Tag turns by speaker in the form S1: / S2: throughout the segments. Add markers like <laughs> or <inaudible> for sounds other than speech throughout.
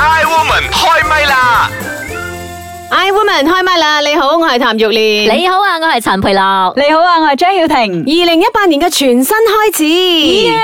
S1: I Woman 開唛啦！
S2: I Woman 開唛啦！你好，我係譚玉蓮。
S3: 你好啊，我係陳培樂。
S4: 你好啊，我係張曉婷。
S2: 二零一八年嘅全新開始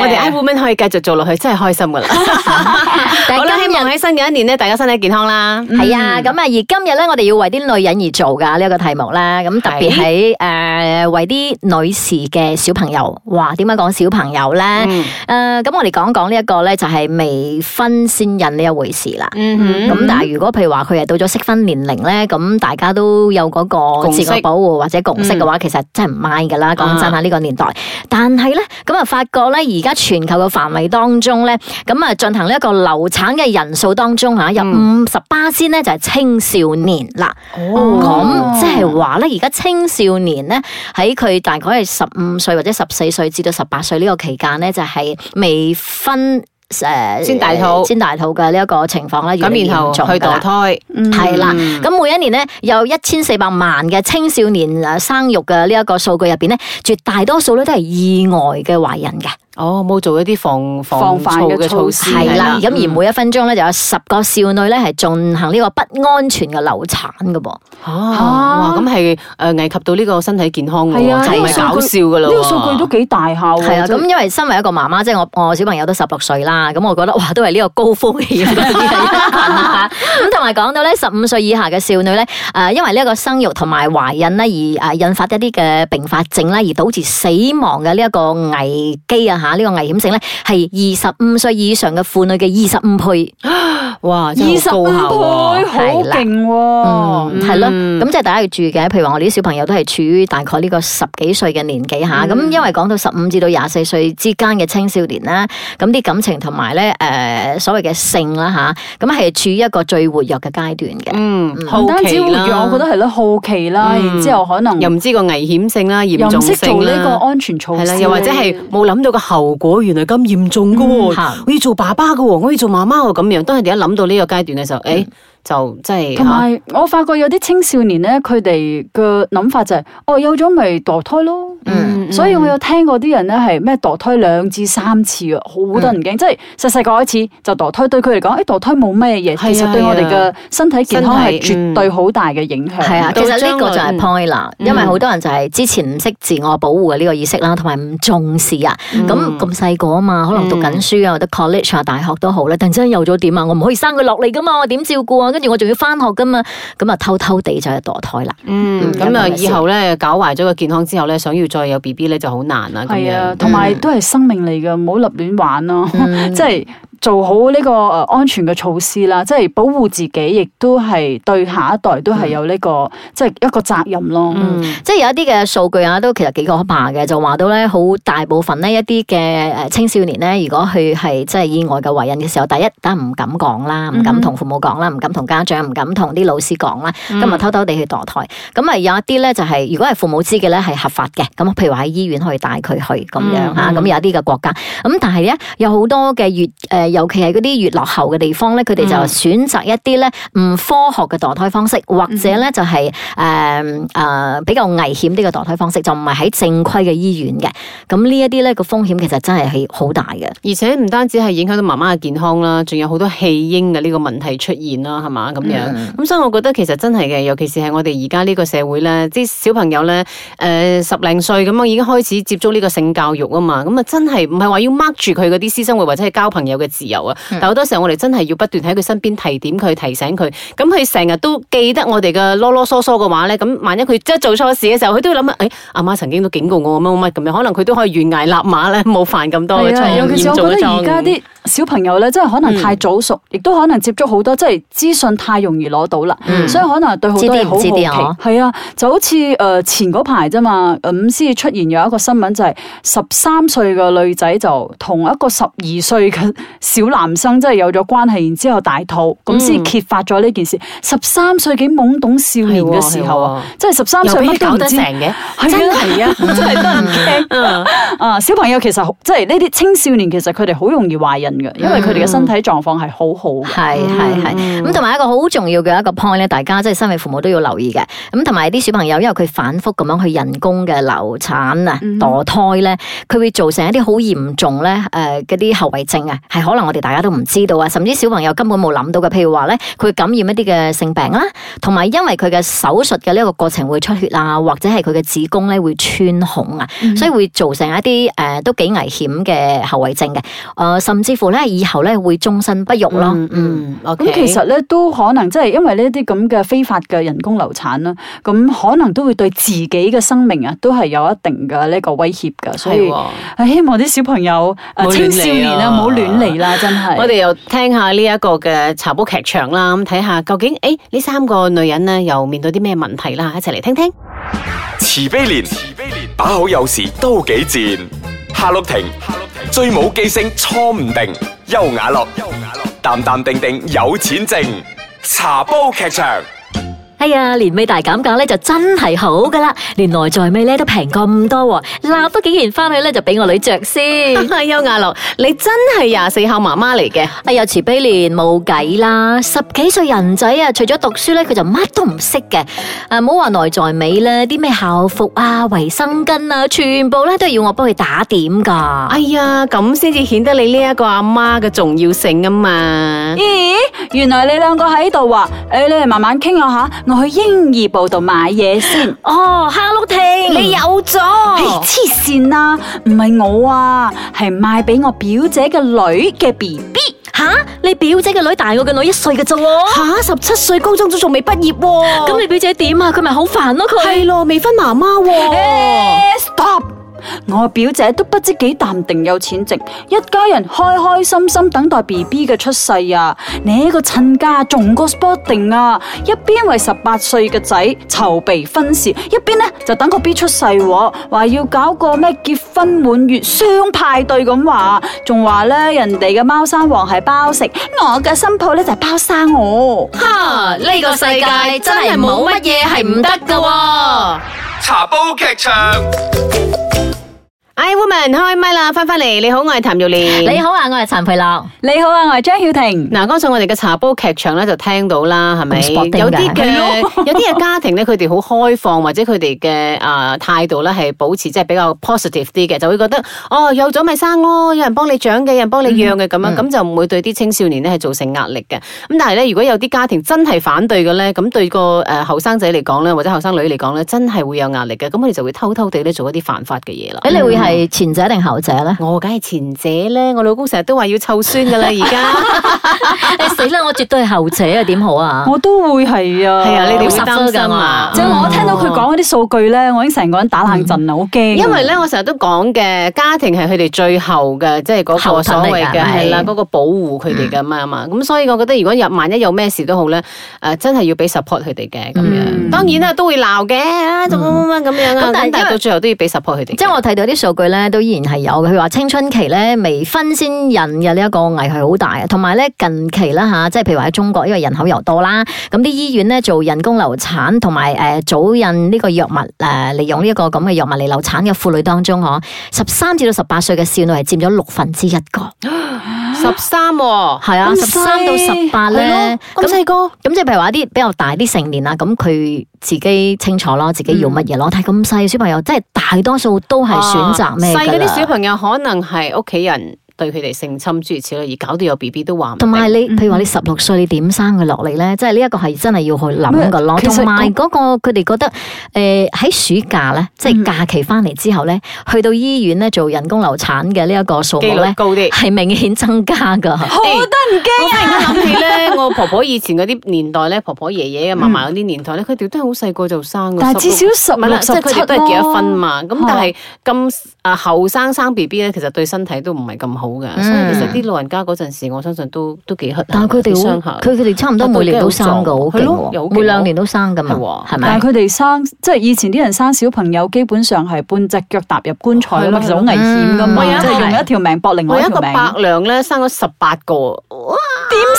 S2: 我
S3: <laughs>
S2: 哋 I
S4: 耶！
S2: Woman 可以繼續做落去，真係開
S4: <laughs>
S2: 心噶啦。好啦，希望嗯喺新嘅一年咧，大家身體健康啦。
S3: 係啊，咁啊，而今日咧，我哋要為啲女人而做噶呢一個題目啦。咁特別喺诶為啲女士嘅小朋友，哇，點解講小朋友咧？诶、
S2: 嗯
S3: 咁我哋講講呢一個咧，就係未婚先孕呢一回事啦。
S2: 嗯
S3: 咁、但係如果譬如話佢係到咗適婚年齡咧，咁大家都有嗰個
S2: 共識嗯
S3: 自我保護或者共識嘅話，其實真係唔 mind 噶啦。講真啊，呢個年代。但係咧，咁啊發覺咧，而家全球嘅範圍當中咧，咁啊進行呢一個流產嘅人數當中嚇，有
S2: 嗯
S3: 五十八先咧就係青少年啦。
S2: 哦
S3: 咁即係話咧，而家青少年咧喺佢大概係十五歲或者十四歲至到十八歲呢個期間咧，就係、未婚。誒
S2: 先大肚
S3: 先大肚嘅呢一個情況咧，越嚟
S2: 咁
S3: 越
S2: 然後
S3: 嚴重
S2: 去
S3: 㗎啦
S2: 墮胎，嗯
S3: 係啦，咁每一年咧有一千四百萬嘅青少年誒生育嘅呢一個數據入邊咧，絕大多數咧都係意外嘅懷孕嘅，
S2: 哦，冇做一啲防
S4: 防範
S2: 措
S4: 嘅措施
S3: 係啦。咁而
S2: 嗯
S3: 每一分鐘咧就有十個少女咧係進行呢個不安全嘅流產嘅噃。
S2: 哦，哇，咁係誒危及到呢個身體健康嘅
S4: 係
S2: 喎，
S4: 啊
S2: 就唔係搞笑噶啦
S4: 呢
S2: 喎。
S4: 個數據都幾大下喎。
S3: 係啊，
S4: 真係
S3: 咁因為身為一個媽媽，即係我我小朋友都十六歲啦，咁我覺得哇，都係呢個高風險嘅一群啊咁同埋講到咧，十五歲以下嘅少女咧，誒、因為呢一個生育同埋懷孕咧，而誒呃引發一啲嘅併發症啦，而導致死亡嘅呢一個危機啊嚇，呢、個危險性咧係二十五歲以上嘅婦女嘅二十五倍。
S2: 哇，真
S4: 二
S2: 係
S4: 十
S2: 好
S4: 五
S2: 高效喎。
S4: 倍，好
S3: 係啦
S4: 勁喎！
S3: 嗯，係咯，咁即係大家要注意嘅。譬如話，我哋啲小朋友都係處於大概呢個十幾歲嘅年紀下，咁、因為講到十五至到廿四歲之間嘅青少年啦，咁啲感情同埋咧誒所謂嘅性啦吓，咁係處於一個最活躍嘅階段嘅。
S2: 嗯，好
S4: 唔單
S2: 奇
S4: 止活躍，
S2: 啦
S4: 我覺得，係咯，好奇啦，
S2: 嗯
S4: 然之後可能
S2: 又唔知個危險性啦、
S4: 又
S2: 嚴
S4: 唔
S2: 重
S4: 識
S2: 性
S4: 做呢個
S2: 啦。
S4: 安全措
S2: 係
S4: 施
S2: 啦，
S4: 咧，
S2: 又或者係冇諗到個後果，原來咁嚴重噶
S3: 嗯嚇
S2: 喎！我要做爸爸噶喎，我要做媽媽喎，咁樣。當佢哋一諗到呢個階段嘅時候，誒就真係啊
S4: 嗯同埋我發覺有啲青少年咧，佢哋嘅諗法就係、哦有咗咪墮胎咯。
S3: 嗯，
S4: 所以我有聽過啲人咧係咩墮胎兩至三次啊，好得人驚，
S2: 嗯
S4: 即係細細個開始就墮胎，對佢嚟講，誒墮胎冇咩嘢，
S2: 係啊
S4: 其實對我哋
S2: 係啊
S4: 嘅身體健康係
S2: 身體嗯
S4: 絕對好大嘅影響。
S3: 係啊，其實呢個就
S2: 到將
S3: 係
S2: 來
S3: point 啦，因為好多人就係之前唔識自我保護嘅呢個意識啦，同埋唔重視啊。咁咁細個啊嘛，可能讀緊書啊，或者 college 啊、大學都好咧，突然之間有咗點啊，我唔可以生佢落嚟噶嘛，我點照顧啊？跟住我仲要翻學噶嘛，咁啊偷偷地就係墮胎啦。
S2: 嗯
S3: 嗯
S2: 咁啊，
S3: 係咪
S2: 以
S3: 先
S2: 後咧搞壞咗個健康之後咧，想要再有 B B 咧就好難啦。咁
S4: 係啊
S2: 樣，嗯
S4: 同埋都係生命嚟嘅，唔好立亂玩咯。
S3: 嗯
S4: <laughs> 即係做好呢個誒安全嘅措施啦，即係保護自己，亦都係對下一代都係
S2: 嗯
S4: 有呢個即係一個責任咯。嗯
S3: 即係有一啲嘅數據啊，都其實幾可怕嘅，就話到咧，好大部分呢一啲嘅誒青少年咧，如果佢係即係意外嘅懷孕嘅時候，第一梗係唔敢講啦，唔敢同父母講啦，唔敢同家長，唔敢同啲老師講啦，
S4: 嗯
S3: 咁
S2: 嗯
S3: 啊偷偷地去墮胎。咁啊有一啲咧就係、如果係父母知嘅咧係合法嘅，咁譬如話喺醫院可以帶佢去咁樣嚇，咁、有一啲嘅國家，咁但係咧有好多嘅越誒、尤其係嗰啲越落後嘅地方咧，佢哋就選擇一啲咧唔科學嘅墮胎方式，或者咧就係誒誒比較危險啲嘅墮胎方式，就唔係喺正規嘅醫院嘅。咁呢一啲咧個風險其實真係係好大嘅。
S2: 而且唔單止係影響到媽媽嘅健康啦，仲有好多棄嬰嘅呢個問題出現啦，係嘛咁樣。
S4: 嗯
S2: 咁、所以我覺得其實真係嘅，尤其是係我哋而家呢個社會咧，啲小朋友咧，誒、十零歲咁啊已經開始接觸呢個性教育啊嘛，咁啊真係唔係話要 mark 住佢嗰啲私生活或者係交朋友嘅自由啊，
S4: 嗯
S2: 但好多時候我哋真係要不斷喺佢身邊提點佢、提醒佢，啊咁佢成日都記得我哋嘅囉囉嗦嗦嘅話咧，咁萬一佢即係做錯事嘅時候，佢都會諗啊，誒、阿媽曾經都警告我乜乜乜咁樣，可能佢都可以懸崖勒馬咧，冇犯咁多嘅錯
S4: 係啊，
S2: 誤，
S4: 尤其是我
S2: 嚴重嘅嗯
S4: 覺得
S2: 錯
S4: 而
S2: 誤
S4: 家啲小朋友咧，真係可能太早熟，亦都可能接觸好多，即係資訊太容易攞到啦，所以可能對好多嘢好好
S3: 嗯知啲唔知啲啊
S4: 奇。係啊，就好似誒、呃前嗰排啫嘛，咁先至出現有一個新聞，就係十三歲嘅女仔就同一個十二歲嘅小男生真係有咗關係，然之後大肚，咁先揭發咗呢件事。十三歲幾懵懂少年嘅時候
S2: 係喎
S4: 啊
S2: 係，
S4: 即係十三
S2: 嗯又
S4: 歲
S2: 俾
S4: 乜
S2: 佢
S4: 都
S2: 搞
S4: 唔
S2: 得
S4: 知
S2: 成。嘅，嗯
S4: 係啊，係啊，真係得人驚。 <laughs> 啊，小朋友其實好即係呢啲青少年，其實佢哋好容易懷孕嘅，因為佢哋嘅身體狀況係好好嘅。嗯
S3: 係係係，咁同埋一個好重要嘅一個 point 咧，大家即係身為父母都要留意嘅。咁同埋啲小朋友，因為佢反覆咁樣去人工嘅流產啊、
S4: 嗯
S3: 墮胎咧，佢會造成一啲好嚴重咧誒嗰啲後遺症啊，係可能能我哋大家都唔知道啊，甚至小朋友根本冇諗到嘅。譬如話咧，佢感染一啲嘅性病啦，同埋因為佢嘅手術嘅呢一個過程會出血啊，或者係佢嘅子宮咧會穿孔啊，
S2: 嗯
S3: 所以會造成一啲誒、呃都幾危險嘅後遺症嘅。誒、呃甚至乎咧以後咧會終身不育咯。
S2: 嗯嗯，OK，
S4: 咁其實咧都可能即係因為呢啲咁嘅非法嘅人工流產啦，咁可能都會對自己嘅生命啊，都係有一定嘅呢個威脅㗎，所
S2: 係
S4: 以
S2: 喎
S4: 唉希望啲小朋友、呃
S2: 冇亂嚟
S4: 青
S2: 啊
S4: 少年啊，唔好亂嚟啦，真係。
S2: 我哋又聽下呢一個嘅茶煲劇場啦，咁睇下究竟誒呢三個女人咧又面對啲咩問題啦，一齊嚟聽聽。
S1: 慈悲蓮，慈悲蓮，把口有時都幾賤。夏綠庭，夏綠庭，最冇記性錯唔定。優雅樂，優雅樂，淡淡定定有錢剩。茶煲劇場。
S3: 哎呀，年尾大減價咧就真係好噶啦，連內在美咧都平咁多，喎，立都竟然翻去咧就俾我女着先。
S2: <laughs> <laughs> 邱雅樂，你真係廿四孝媽媽嚟嘅，
S3: 哎呀，慈悲蓮冇計啦，十幾歲人仔啊，除咗讀書咧，佢就乜都唔識嘅。啊，唔好話內在美啦，啲咩校服啊、衛生巾啊，全部咧都要我幫佢打點噶。
S2: 哎呀，咁先至顯得你呢一個阿媽嘅重要性啊嘛。
S4: 咦，原來你兩個喺度話，誒，你哋慢慢傾下下，我去嬰兒部度買嘢先。
S3: 哦，哈碌婷，
S2: 你有咗，
S4: 唉黐線啦，唔係我啊，係賣俾我表姐嘅女嘅 B B。
S3: 吓，你表姐嘅女大我嘅女一歲嘅啫喎，
S2: 吓十七歲高中都仲未畢業喎，
S3: 咁你表姐點啊？佢咪好煩咯佢
S2: 係。咯未婚媽媽
S4: 哦
S2: 喎。
S4: 誒 stop！我表姐都不知幾淡定有錢剩，一家人開開心心等待 B B 嘅出世啊！你呢個親家仲個 sporting 啊，一邊為十八歲嘅仔籌備婚事，一邊呢就等個 B 出世喎、話要搞個咩結婚滿月雙派對咁話，仲話呢人哋嘅貓山王係包食，我嘅新抱呢就係包生我。
S3: 哈！呢個世界真係冇乜嘢係唔得㗎喎。
S1: 茶煲劇場。
S2: I woman 開麥啦，翻返嚟，你好，我係譚耀蓮。
S3: 你好啊，我係陳佩樂。
S4: 你好啊，我係張曉婷。
S2: 嗱，剛才我哋嘅茶煲劇場咧就聽到啦，係咪
S3: 咁 sporting 㗎
S2: 有啲
S3: <laughs>
S2: 嘅有啲嘅家庭咧，佢哋好開放或者佢哋嘅啊態度咧係保持即係比較 positive 啲嘅，就會覺得哦有咗咪生咯，有人幫你長嘅，有人幫你
S3: 嗯
S2: 養嘅咁樣，咁就唔會對啲青少年咧係造成壓力嘅。咁但係咧，如果有啲家庭真係反對嘅咧，咁對個誒後生仔嚟講咧，或者後生女嚟講咧，真係會有壓力嘅。咁佢哋就會偷偷地咧做一啲犯法嘅嘢啦。
S3: 誒，你會係前者定後者咧？ <laughs>
S2: 我梗係前者咧，我老公成日都話要湊孫噶啦，而家。
S3: 誒哎死啦！我絕對係後者啊，點好啊？
S4: 我都會係啊，
S2: 係啊，你哋會
S3: 好
S2: 擔
S3: 實
S2: 心
S3: 㗎嘛
S2: 啊，
S4: 即係我聽到佢講嗰啲數據咧，我已經成個人打冷震啦，好
S3: 嗯
S4: 驚。啊
S2: 因為咧，我成日都講嘅家庭係佢哋最後嘅，即係嗰個
S3: 後
S2: 所
S3: 盾嚟㗎
S2: 謂嘅
S3: 係嗯咪
S2: 係啦，嗰個保護佢哋嘅嘛嘛。咁所以我覺得，如果有萬一有咩事都好咧，誒真係要俾 support 佢哋嘅咁樣。
S4: 嗯
S2: 當然啦，都會鬧嘅，啊做乜乜乜咁樣啊。
S3: 嗯
S2: 咁
S3: 咁但係
S2: 但
S3: 因
S2: 係
S3: 為
S2: 到最後都要俾 support 佢哋嘅。
S3: 即係我睇到啲數據咧，都依然係有嘅。佢話青春期咧未婚先孕嘅呢一個危害好大啊，同埋咧近期啦吓，即係譬如話喺中國，因為人口又多啦，咁啲醫院咧做人工流產同埋誒早孕呢個藥物誒、呃利用呢一個咁嘅藥物嚟流產嘅婦女當中，嗬，十三至到十八歲嘅少女係佔咗六分之一個，
S2: 十三喎，
S3: 係啊，
S4: 咁
S3: 十三到十八咧
S2: 係，咯咁細個。
S3: 咁即係譬如話一啲比較大啲成年啦，啊咁佢自己清楚咯，自己要乜嘢咯。但係咁細嘅小朋友，即係大多數都係選擇咩
S2: 啊細
S3: 㗎
S2: 嗰
S3: 啦
S2: 啲小朋友可能係屋企人對佢哋性侵諸如此類，而搞到有 B B 都話唔定
S3: 同埋你，譬如話你十六歲，你點生佢落嚟咧？即係呢一個係真係要去諗噶咯。
S4: 咩其
S3: 同
S4: 實
S3: 埋嗰個佢哋覺得，誒喺暑假咧，
S2: 嗯
S3: 即係假期翻嚟之後咧，去到醫院咧做人工流產嘅呢一個數
S2: 機
S3: 目
S2: 率
S3: 咧，
S2: 高啲。
S3: 係明顯增加
S2: <laughs>
S3: 噶。
S4: 好得唔驚
S2: 我忽然間諗
S3: <laughs>
S2: 起咧，我婆婆以前嗰啲年代咧，婆婆爺爺
S3: 嗯
S2: 啊、嫲嫲嗰啲年代咧，佢哋都係好細個就生㗎
S4: 但係至
S2: 16
S4: 少
S2: 唔
S4: 十
S2: 係啦，
S4: 六
S2: 即
S4: 十
S2: 係佢
S4: 七
S2: 哋都係結咗婚嘛。咁
S4: 哦
S2: 但係咁啊後生生 B B 咧，其實對身體都唔係咁好㗎。
S3: 嗯
S2: 所以其實啲老人家嗰陣時，我相信都都幾黑，
S3: 但係佢
S2: 幾
S3: 哋
S2: 傷
S3: 好
S2: 下，。
S3: 佢佢哋差唔多每年都生噶，好勁
S2: 係咯又好勁
S3: 喎
S2: 喎
S3: 每兩年都生噶嘛
S2: 係，喎
S3: 係咪
S4: 但？係佢哋生，即係以前啲人生小朋友，基本上係半隻腳踏入棺材
S2: 哦係
S4: 咁
S2: 咯
S4: 嘛，其實好危險噶嘛，
S2: 嗯
S4: 即係
S2: 我有一個
S4: 用一條命搏另
S2: 我
S4: 外一
S2: 有一
S4: 條
S2: 個
S4: 命。
S2: 伯娘咧，生咗十八個，哇！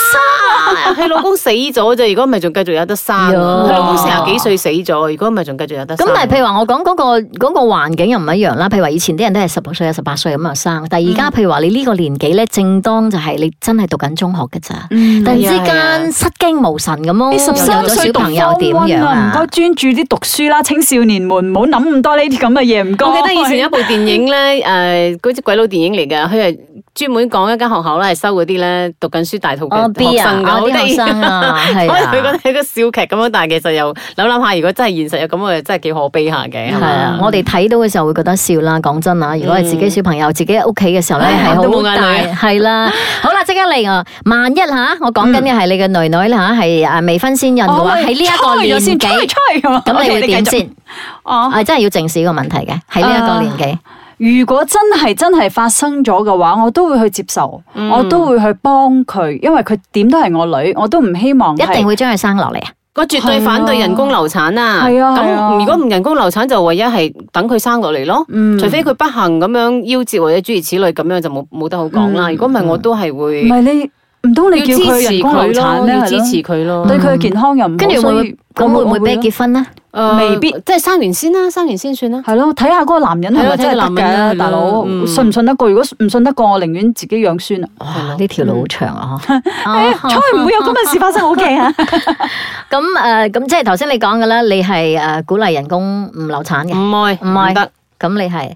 S2: 點生啊？佢老公死咗啫，如果唔係仲繼續有得生啊。
S3: 呀
S2: 佢老公四十幾歲死咗，如果唔係仲繼續有得生。
S3: 咁但係譬如話
S2: 嗯
S3: 我講嗰、個嗰、個環境又唔一樣啦，譬如話以前啲人都係十六歲啊、十八歲咁啊生，但係而家譬如話你呢呢個年紀咧，正當就係你真係讀緊中學嘅咋，
S4: 嗯
S3: 突然之
S2: 係啊係啊
S3: 間失驚無神咁咯，
S4: 你十三
S3: 有咗
S4: 歲
S3: 小
S4: 讀
S3: 朋友點
S4: 樣
S3: 樣
S4: 啊？唔
S3: 啊
S4: 該？專注啲讀書啦，青少年們唔好諗咁多呢啲咁嘅嘢。唔該。
S2: 我記得以前有一部電影咧，诶，嗰隻鬼佬電影嚟㗎，佢係專門講一間學校啦，係收嗰啲咧讀緊書大肚嘅
S3: 哦，B
S2: 學
S3: 啊，
S2: 生㗎，
S3: 哦
S2: 好得
S3: 啲
S2: 意
S3: 學生啊，
S2: <laughs>
S3: 係
S2: 可能佢覺得
S3: 啊。
S2: 係一個笑劇咁樣，但係其實又諗諗下，如果真係現實有咁嘅，真係幾可悲下嘅，
S3: 系
S4: 嗯
S2: 係
S3: 啊，
S2: 嘛？
S3: 我哋睇到嘅時候會覺得笑啦。講真啊，如果係自己小朋友、自己喺屋企嘅時候咧，
S2: 唉
S3: 係
S2: 都
S3: 好
S2: 冇眼
S3: 大
S2: 淚，
S3: 係啦。好啦，即刻嚟啊！萬一吓，我講緊嘅係你嘅女女啦吓，係啊未婚先孕嘅
S4: 哦
S3: 話，喺呢一個年
S4: 先，吹
S3: 紀，
S4: 吹咁
S3: 咁你會點？
S4: OK，繼續
S3: 先？
S4: 哦，
S3: 啊，真係要正視呢個問題嘅，喺呢一個年紀。
S4: 如果真係真係發生咗嘅話，我都會去接受，
S2: 嗯
S4: 我都會去幫佢，因為佢點都係我女，我都唔希望
S3: 一定
S4: 會
S3: 會將佢生落嚟啊！
S2: 我絕對反對人工流產啊！
S4: 係啊係啊
S2: 咁如果唔人工流產就唯一係等佢生落嚟咯。
S4: 嗯
S2: 除非佢不幸咁樣夭折或者諸如此類咁樣就冇冇得好講啦。
S4: 嗯
S2: 如果唔係我都係會
S4: 唔係你唔通你
S2: 要
S4: 叫
S2: 支
S4: 佢
S2: 持
S4: 人工
S2: 佢
S4: 流產
S2: 咯，
S4: 咩？
S2: 要支
S4: 係咯
S2: 持佢咯。
S4: 對佢嘅健康又唔好
S3: 跟住會唔
S4: 所
S3: 會
S4: 以
S3: 咁會唔會俾佢
S4: 結？
S3: 結婚咧？
S2: 誒
S4: 未必
S2: 即係生完先啦，生完先算啦。
S4: 係咯，睇下嗰個男人係咪真
S2: 係咯
S4: 係
S2: 睇個
S4: 得
S2: 男人
S4: 嘅，
S2: 啦
S4: 大佬
S2: 嗯
S4: 信唔信得過？如果唔信得過，我寧願自己養孫啊！
S3: 哇！呢條路好長啊！嗬
S2: 哦
S4: 彩
S2: <laughs>
S4: 唔會有咁嘅事發生，好驚啊！
S3: 咁誒，咁即係頭先你講嘅啦，你係誒鼓勵人工唔流產嘅，
S2: 唔愛
S3: 唔愛
S2: 得，
S3: 咁你係，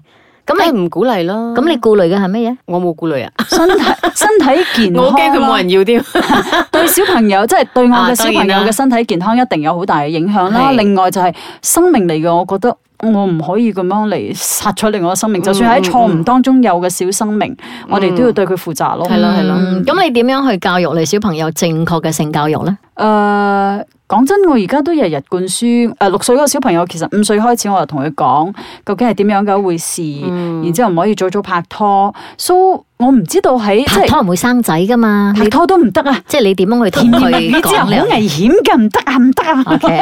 S2: 咁
S3: 咁你
S2: 你唔鼓勵咯。
S3: 咁你顧慮嘅係乜嘢？
S2: 我冇顧慮啊，
S4: 身體身體健康啊
S2: 我驚佢冇人要添。
S4: 啦對小朋友，即係對我
S2: 啊
S4: 嘅小朋友
S2: 當然啦
S4: 嘅身體健康一定有好大嘅影響啦。
S2: 係
S4: 另外就係生命嚟嘅，我覺得。我唔可以咁樣嚟殺咗另外嘅生
S2: 嗯
S4: 命，就算喺錯誤當中有嘅小生命，我哋都要對佢負責咯。
S2: 係咯係咯
S3: 嗯咁你點樣去教育你小朋友正確嘅性教育咧？
S4: 嗯誒、講真，我而家都日日灌輸誒、六歲嗰個小朋友，其實五歲開始我就同佢講，究竟係點樣嘅一回事，
S2: 嗯
S4: 然之後唔可以早早拍拖。So 我唔知道喺即
S3: 拍
S4: 係
S3: 拖唔會生仔噶嘛？
S4: 拍拖都唔得啊，
S3: 即係你點樣去
S4: 甜
S3: 同
S4: 言蜜
S3: 佢
S4: 語之後
S3: 講
S4: 好
S3: 呢樣嘢
S4: 危險嘅，唔得啊，唔得啊。
S3: ？OK，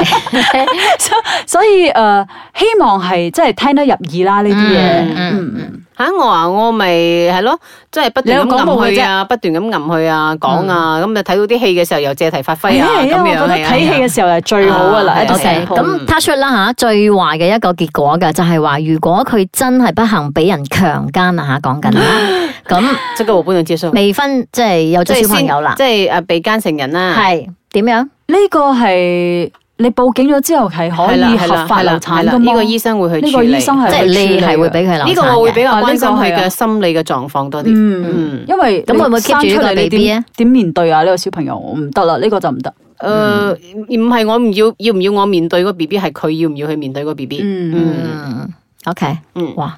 S4: 所以誒、希望係即係聽得入耳啦呢啲嘢。
S3: 嗯嗯
S4: 嗯
S2: 吓、我話我咪係咯，即係不斷咁
S4: 你有講
S2: 吟
S4: 冇嘅嗯
S2: 佢啊，不斷咁吟佢啊，講啊，咁就睇到啲戲嘅時候又借題發揮啊，咁
S4: 係啊，我
S2: 樣
S4: 覺得
S2: 係啊
S4: 睇戲嘅時候係最好噶啦
S2: 啊。
S4: 一套
S3: OK，
S4: 成套
S3: 咁 touch wood 啦吓，最壞嘅一個結果嘅就係話，如果佢真係不幸俾人強姦啊吓，講
S4: <laughs>
S3: 緊啦，咁
S2: 即係我本人接受，
S3: 未婚即係有咗小朋友啦
S2: 即，係誒被奸成人啦，
S3: 係點樣？
S4: 呢個係你報警咗之後係可
S2: 係啦
S4: 以
S2: 係啦
S4: 合法
S2: 係啦
S4: 流產
S2: 係啦
S4: 噶嘛？
S2: 呢個醫生會去
S4: 呢
S2: 處
S4: 個
S2: 理，
S4: 醫生係
S3: 即係你係會俾佢流
S2: 呢個我會比較
S4: 啊呢個
S2: 關心佢
S4: 係啊
S2: 嘅心理嘅狀況多啲。
S4: 嗯，因為
S3: 咁會唔會
S4: 你生
S3: keep 住呢
S4: 出
S3: 個
S4: 嚟你
S3: BB
S4: 點
S3: 啊
S4: 點面對啊？呢個小朋友我唔得啦，呢個就唔得。
S2: 誒，呃唔係我唔要，要唔要我面對個 B B 係佢要唔要去面對個 B B？
S4: 嗯
S2: 嗯，
S3: 嗯，OK，
S2: 嗯
S3: 哇，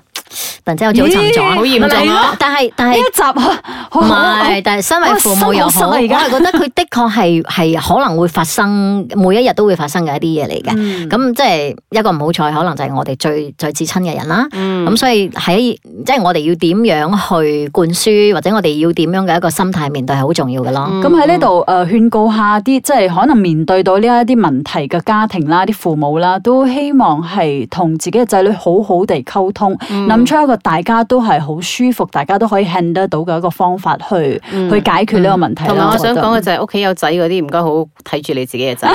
S3: 突然之間好似好沉重啊，
S2: 咦好嚴重啊
S3: 唔係但係但
S4: 呢
S3: 係
S4: 一。集啊，好
S3: 唔
S4: 好
S3: 係，但係身為
S4: 我
S3: 父母又
S4: 心
S3: 好，
S4: 好
S3: 我
S4: 塞啊而家
S3: 係覺得佢的確係係可能會發生，每一日都會發生嘅一啲嘢嚟
S4: 嗯
S3: 嘅。咁、即係一個唔好彩，可能就係我哋最最至親嘅人啦。咁、所以喺即係我哋要點樣去灌輸，或者我哋要點樣嘅一個心態面對係好重要嘅咯。
S2: 嗯
S4: 咁喺呢度誒勸告下啲即係可能面對到呢一啲問題嘅家庭啦、啲父母啦，都希望係同自己嘅仔女好好地溝通，
S2: 嗯
S4: 諗出一個大家都係好舒服、大家都可以 handle 得到嘅一個方法去去解決呢個問題
S2: 嗯
S4: 啦。
S2: 同埋我
S4: 覺
S2: 想
S4: 得
S2: 講嘅就係屋企有仔嗰啲，唔該好好睇住你自己嘅仔。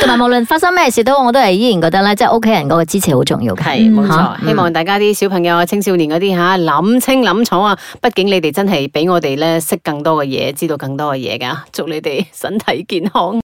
S3: 同埋無論發生咩事都好，我都係依然覺得咧，即係屋企人嗰個支持好重要嘅。
S2: <laughs> 係冇
S3: 嚇
S2: 錯，希望大家啲小朋友啊、青少年嗰啲吓諗清諗楚啊！畢竟你哋真係比我哋咧識更多嘅嘢，知道更多嘅嘢㗎。祝你哋身體健康。